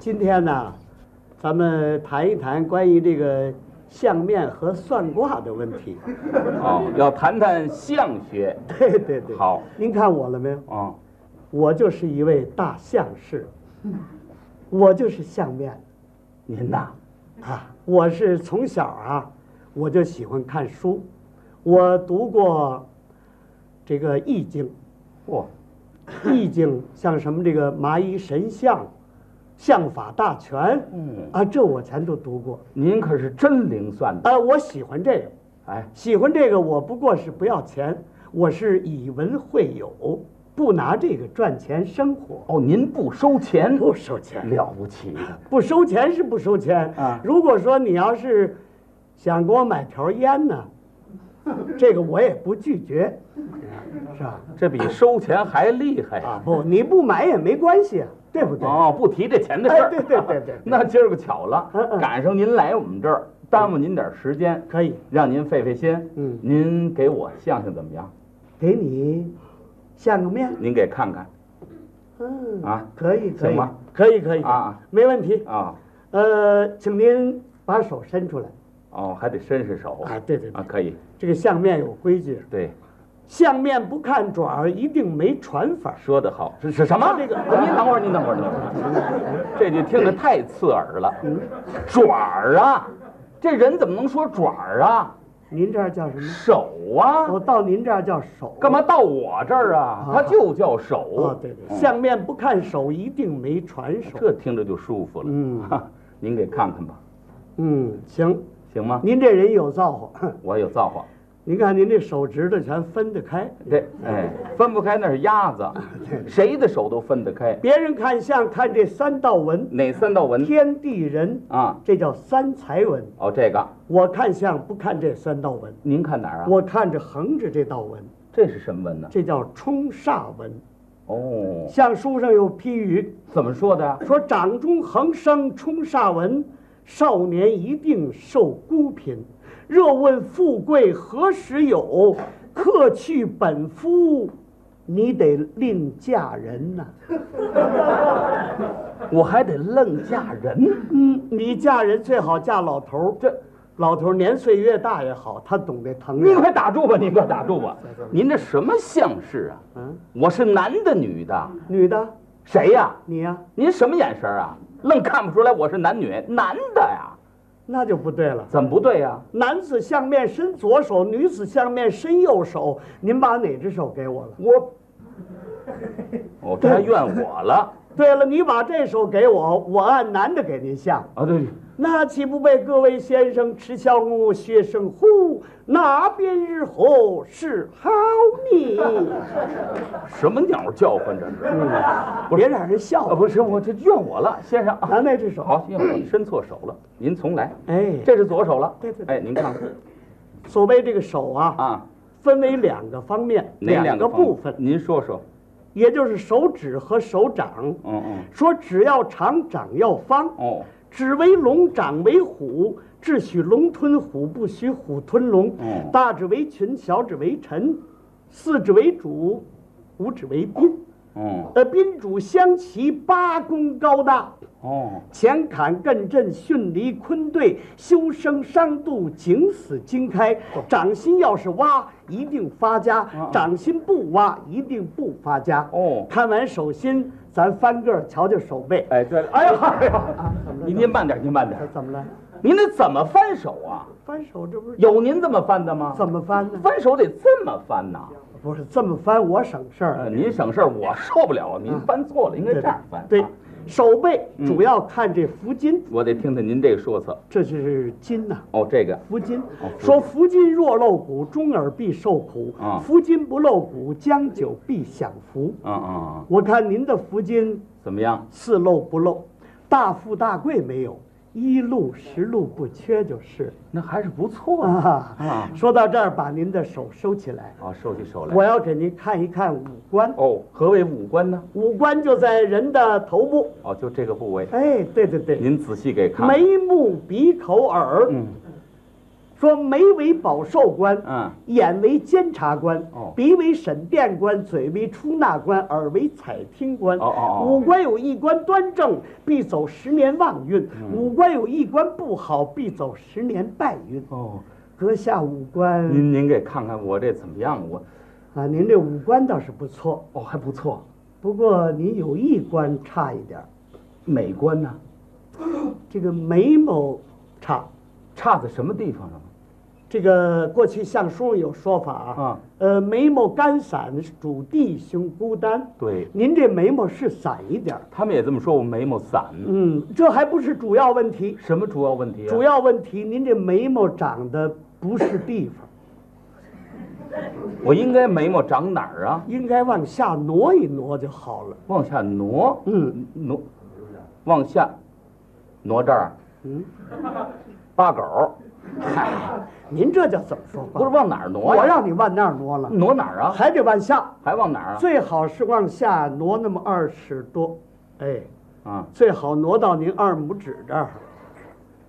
今天呢、咱们谈一谈关于这个相面和算卦的问 题。哦，要谈谈相学对对对，好。您看我了没有？啊、我就是一位大相士，我就是相面您呐，啊。我是从小啊，我就喜欢看书，我读过这个《易经》。 嚯、易经像什么这个麻衣神相、相法大全，嗯，啊，这我全都读过。您可是真灵算的。啊，我喜欢这个，哎，喜欢这个，我不过是不要钱，我是以文会友，不拿这个赚钱生活，哦，您不收钱，不收钱，了不起。不收钱是不收钱啊如果说你要是想给我买条烟呢，这个我也不拒绝，是吧？这比收钱还厉害啊，不，你不买也没关系啊，对不对？哦，不提这钱的事儿、哎对对对对对那今儿个巧了嗯嗯，赶上您来我们这儿，耽误您点儿时间，可以，让您费费心。嗯您给我相相怎么样？给你相个面。您给看看嗯啊可以，可以行吗，可以，可以啊，没问题。啊。呃，请您把手伸出来。哦，还得伸伸手啊对对对啊，可以，这个相面有规矩，对，相面不看准儿，一定没传法儿。说得好，是是什么？这个，您等会儿，您等会儿，您等会儿，这句听着太刺耳了。爪儿啊，这人怎么能说爪儿啊？您这儿叫什么？手啊，我到您这儿叫手。干嘛到我这儿啊？他就叫哦手，。对对，相面不看手，一定没传手。这听着就舒服了。嗯哈，您给看看吧，嗯，行，行吗？您这人有造化。我有造化， 您看您这手指头全分得开，这哎，分不开那是鸭子，谁的手都分得开。别人看相看这三道纹，哪三道纹天地人，啊？这叫三才纹。哦，这个，我看相不看这三道纹。您看哪儿啊？我看着横着这道纹，这是什么纹呢？这叫冲煞纹。哦，像书上有批语怎么说的啊呀？说：“掌中横生冲煞纹，少年一定受孤贫。若问富贵何时有？客去本夫，你得另嫁人呐、我还得愣嫁人。嗯，你嫁人最好嫁老头儿，这，老头儿年岁越大越好，他懂得疼您人。快打住吧，您快打住吧！您这什么相士啊？嗯，我是男的女的？女的，谁呀、你呀、您什么眼神啊？愣看不出来我是男女？男的呀？那就不对了。”怎么不对呀、男子相面伸左手，女子相面伸右手。您把哪只手给我了？ 我，哦，这还怨我了对了，你把这手给我，我按男的给您相，啊？对，那岂不被各位先生耻笑我学生乎？那边日后是好你，什么鸟叫唤这是？嗯别让人笑啊，了。不是我这怨我了，先生啊，拿那只手，好，怨我伸错手了，您重来。哎，这是左手了，对对对哎，您看看所谓这个手啊，啊，分为两个方面，哪两嗯个方部分，您说说。也就是手指和手掌。嗯嗯，说只要长，掌要方。哦，只为龙，长为虎，只许龙吞虎，不许虎吞龙。嗯大指为群，小指为臣，四指为主，五指为宾。嗯，呃，宾主相齐，八公高大，哦，前坎艮震，巽离坤兑，修生伤度，景死金开。哦掌心要是挖，一定发家；掌心不挖，一定不发家。啊哦看完手心，咱翻个儿瞧瞧手背。啊哎，对了，哎呀，哎呀，您您慢点，您慢点，怎么了？您那哎怎么翻手啊？翻手这不是有您这么翻的吗？啊怎么翻呢？翻手得这么翻呐？不是这么翻，我省事呃，儿。您省事儿，我受不了啊！您翻错了，应该这样翻。嗯对啊，手背主要看这福金，我得听听您这个说辞。这就是金呐、哦，这个福金哦福金说：“福金若露骨，终耳必受苦；啊福金不露骨，将久必享福。嗯嗯，”我看您的福金怎么样？似露不露，大富大贵没有，一路十路不缺就是。 那还是不错的。啊，说到这儿，把您的手收起来，哦，收起手来。我要给您看一看五官。哦，何为五官呢？五官就在人的头部。哦，就这个部位，哎，对对对，您仔细给看。眉目鼻口耳，嗯，说眉为保寿官，嗯眼为监察官，哦鼻为审辩官，嘴为出纳官，耳为采听官。哦哦哦五官有一官端正，必走十年旺运；嗯五官有一官不好，必走十年败运。哦，阁下五官您您给看看我这怎么样？我啊，您这五官倒是不错，哦还不错，不过您有一关差一点儿，美观呢、这个眉毛差。差在什么地方了？这个过去相书有说法啊，啊呃，眉毛干散主弟兄孤单。对您这眉毛是散一点儿，他们也这么说，我眉毛散，嗯，这还不是主要问题，什么主要问题、啊？主要问题您这眉毛长得不是地方，我应该眉毛长哪儿啊？应该往下挪一挪就好了。往下挪，嗯挪，往下挪这儿，嗯，八狗，您这叫怎么说话？不是往哪儿挪呀？我让你往那儿挪了，挪哪儿啊？还得往下，还往哪儿啊？最好是往下挪那么二尺多，哎，啊，最好挪到您二拇指这儿，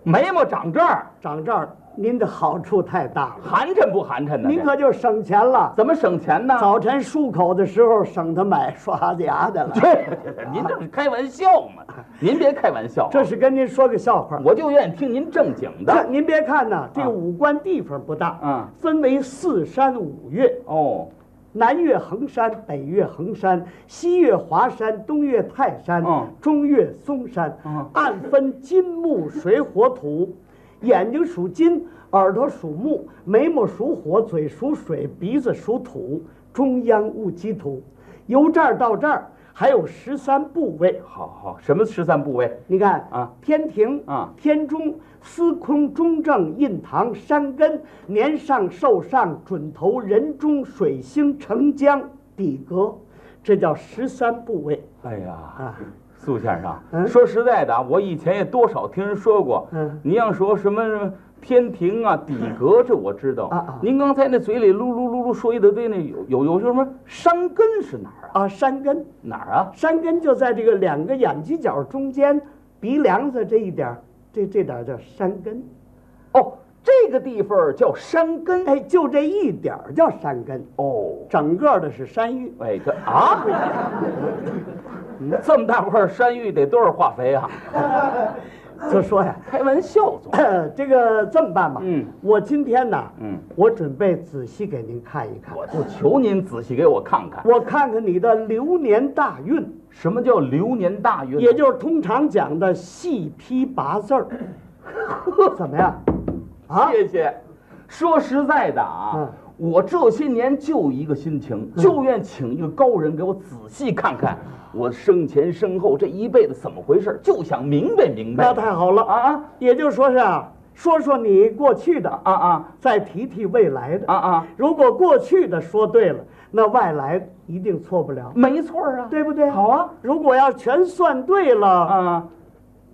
眉毛长这儿，长这儿您的好处太大了，寒碜不寒碜呢？您这可就省钱了。怎么省钱呢？早晨漱口的时候省得买刷子牙 的了。这您这是开玩笑 嘛？您别开玩笑啊，这是跟您说个笑话。我就愿意听您正经这的。您别看呐，这啊个五官地方不大，嗯，分为四山五岳：哦，南岳衡山，北岳衡山，西岳华山，东岳泰山，嗯中岳嵩山。嗯按分金木水火土，眼睛属金，耳朵属木，眉毛属火，嘴属水，鼻子属土，中央戊己土。由这儿到这儿还有十三部位。好好，什么十三部位？你看啊，天庭啊天中、司空、中正、印堂、山根、年上、寿上、准头、人中、水星、澄江、底阁，这叫十三部位哎呀，啊。苏先生，嗯说实在的啊，我以前也多少听人说过，嗯您要说什么天庭啊、底阁，这我知道。啊啊您刚才那嘴里噜噜噜噜说一大堆，那有有有什么山根是哪儿啊？啊，山根，哪儿啊？山根就在这个两个眼犄角中间，鼻梁子这一点儿，这这点儿叫山根。哦，这个地方叫山根。哎，就这一点儿叫山根，哦，整个的是山芋。哎，这啊，这么大块山芋得多少化肥啊？就说呀，开玩笑，总 这个这么办吧，嗯，我今天呢，嗯，我准备仔细给您看一看，我就求您仔细给我看看，我看看你的流年大运，什么叫流年大运？也就是通常讲的细批八字儿， 怎么样？啊，谢谢。说实在的啊，嗯我这些年就一个心情，就愿请一个高人给我仔细看看我生前身后这一辈子怎么回事，就想明白明白。那太好了啊啊！啊也就说是啊，说说你过去的，啊啊再提提未来的啊。啊，如果过去的说对了，那外来一定错不了，没错啊，对不对？好啊如果要全算对了，啊。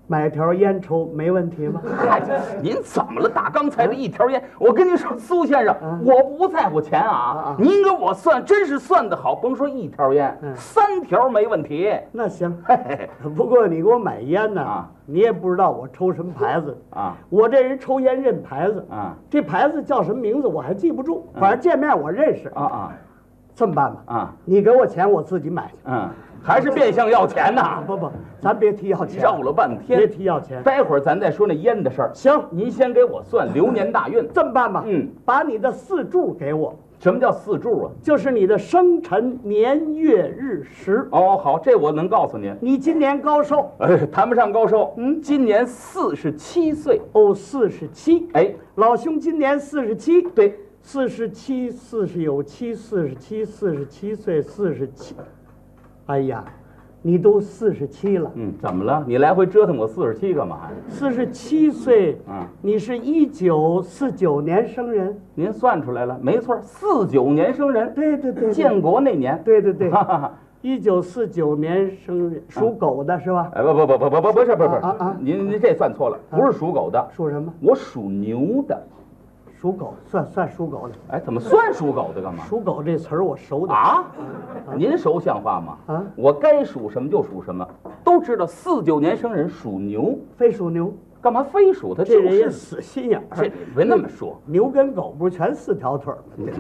买条烟抽没问题吗？嗨，您怎么了？打刚才的一条烟，我跟您说，苏先生，我不在乎钱啊嗯啊，您给我算，真是算得好，甭说一条烟，嗯三条没问题。那行，嘿嘿嘿不过你给我买烟呢，啊你也不知道我抽什么牌子啊。我这人抽烟认牌子啊，这牌子叫什么名字我还记不住，反正见面我认识。啊啊这么办吧，啊，你给我钱，我自己买去。嗯，还是变相要钱呐。不不，咱别提要钱，绕了半别天，提要钱。待会儿咱再说那烟的事儿。行，您先给我算流年大运，这么办吧，嗯，把你的四柱给我，什么叫四柱啊？就是你的生辰年月日时。哦，好，这我能告诉您。你今年高寿？呃，谈不上高寿，嗯今年四十七岁。哦，四十七。哎，老兄今年四十七，对，四十七，四十有七，四十七，四十七岁，四十七。哎呀，你都四十七了，嗯，怎么了？你来回折腾我四十七干嘛呀？四十七岁，嗯你是一九四九年生人，您算出来了，没错，四九年生人，对对对，建国那年。对对 对， 哈哈哈。一九四九年生人，属狗的是吧？哎，不不不不不不，不是不是不啊啊是，您您这算错了，不是属狗的，属什么？我属牛的。属狗，算算属狗的。哎，怎么算属狗的干嘛？属狗这词儿我熟的，啊？您熟像话吗？啊我该属什么就属什么，都知道四九年生人属牛，非属牛，干嘛非属他这就人也是？死心眼这儿。别那么说，牛跟狗不是全四条腿儿吗？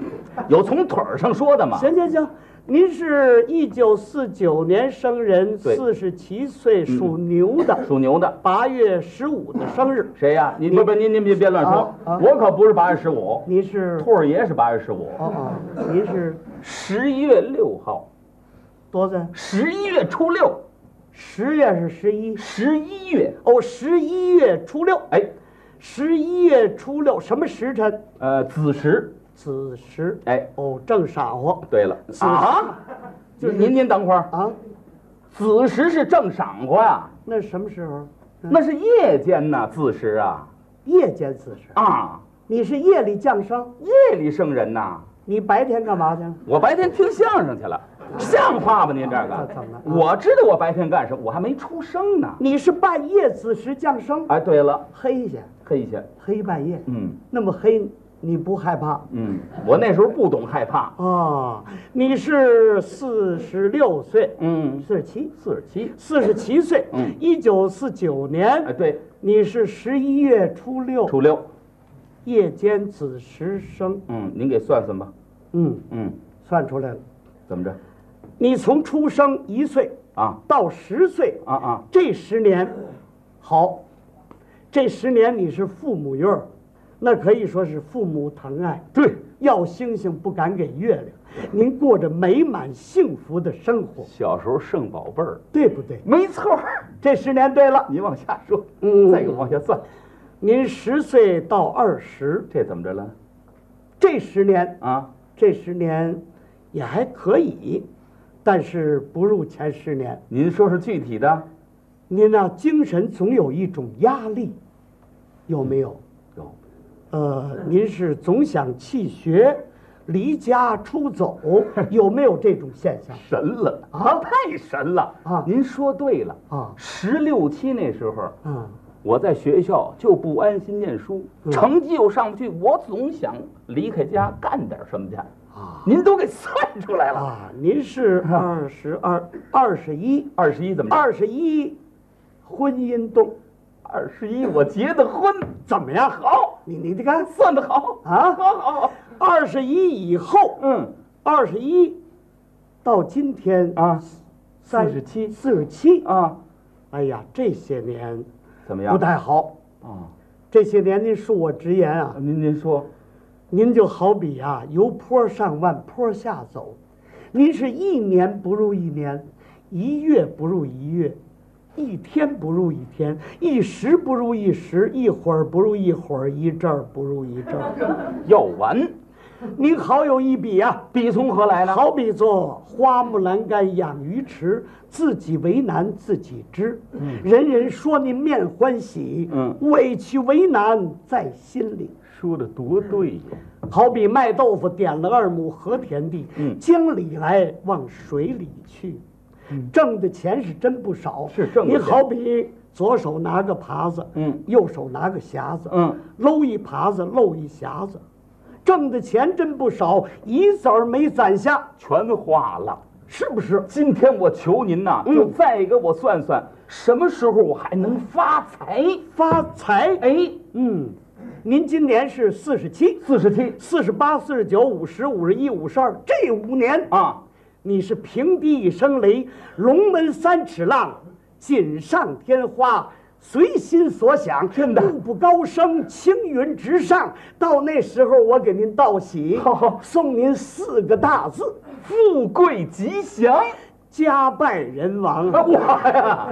有从腿儿上说的吗？行行行，您是一九四九年生人，对嗯四十七岁，属牛的，属牛的八月十五的生日。谁呀？你不不，您您别别乱说啊，啊我可不是八月十五，您是兔儿爷是八月十五，哦哦，您是十一月六号，多少？十一月初六，十月是十一，十一月，哦，十一月初六，哎，十一月初六什么时辰？呃，子时，子时。哎，哦，正晌午对了时啊，就是您您等会儿，啊，子时是正晌午啊呀，那什么时候？嗯那是夜间呐，子时啊夜间子时。啊，你是夜里降生，夜里生人呐。你白天干嘛去了？我白天听相声去了，像话吗？您这啊个怎么了，我知道我白天干什么，我还没出生呢。你是半夜子时降生，哎，对了，黑去，黑去，黑半夜。嗯那么黑，你不害怕？嗯，我那时候不懂害怕，哦，你是四十六岁，嗯，四十七，四十七，四十七岁，嗯一九四九哎，年，对，你是十一月初六初六，夜间子时生，嗯，您给算算吧，嗯，嗯，算出来了。怎么着？你从出生一岁啊到十岁，啊啊，这十年，好，这十年你是父母院儿，那可以说是父母疼爱。对，要星星不敢给月亮，您过着美满幸福的生活，小时候剩宝贝儿，对不对？没错儿。这十年对了，您往下说，嗯再给我往下算，您十岁到二十，这怎么着了？这十年，啊，这十年也还可以，但是不入前十年。您说说具体的，您呢、精神总有一种压力，有没有？有，呃，您是总想弃学、离家出走，有没有这种现象？神了啊太神了啊您说对了啊十六七那时候，啊，我在学校就不安心念书，嗯成绩又上不去，我总想离开家干点什么去。啊您都给算出来了，啊！您是二十二、二十一、二十一怎么着？二十一，啊婚姻动二十一我结的婚，怎么样？好，你你看算的好，啊，好好好，二十一以后，嗯二十一到今天啊，三47四十七。啊，哎呀，这些年怎么样？不太好。啊，这些年您恕我直言啊，您您说，您就好比啊，由坡上万坡下走，您是一年不如一年，一月不如一月，一天不如一天，一时不如一时，一会儿不如一会儿，一阵儿不如一阵儿。药丸，您好有一比啊，笔从何来呢？好比做花木栏杆养鱼池，自己为难自己知。人人说您面欢喜，嗯委屈为难在心里。说的多对呀，好比卖豆腐点了二亩和田地，嗯江里来往水里去，挣的钱是真不少。嗯是挣的你钱好比左手拿个耙子，嗯右手拿个匣子，嗯，搂一耙子，漏一匣子，挣的钱真不少，一子儿没攒下，全花了。是不是？今天我求您呐、嗯就再给我算算，什么时候我还能发财？发财，哎，嗯，您今年是四十七、四十七四十八、四十九、五十、五十一、五十二，这五年啊，你是平地一声雷，龙门三尺浪，锦上添花，随心所想，真的步步高升，青云直上。到那时候，我给您道喜，好好送您四个大字：富贵吉祥！啊家败人亡。我呀，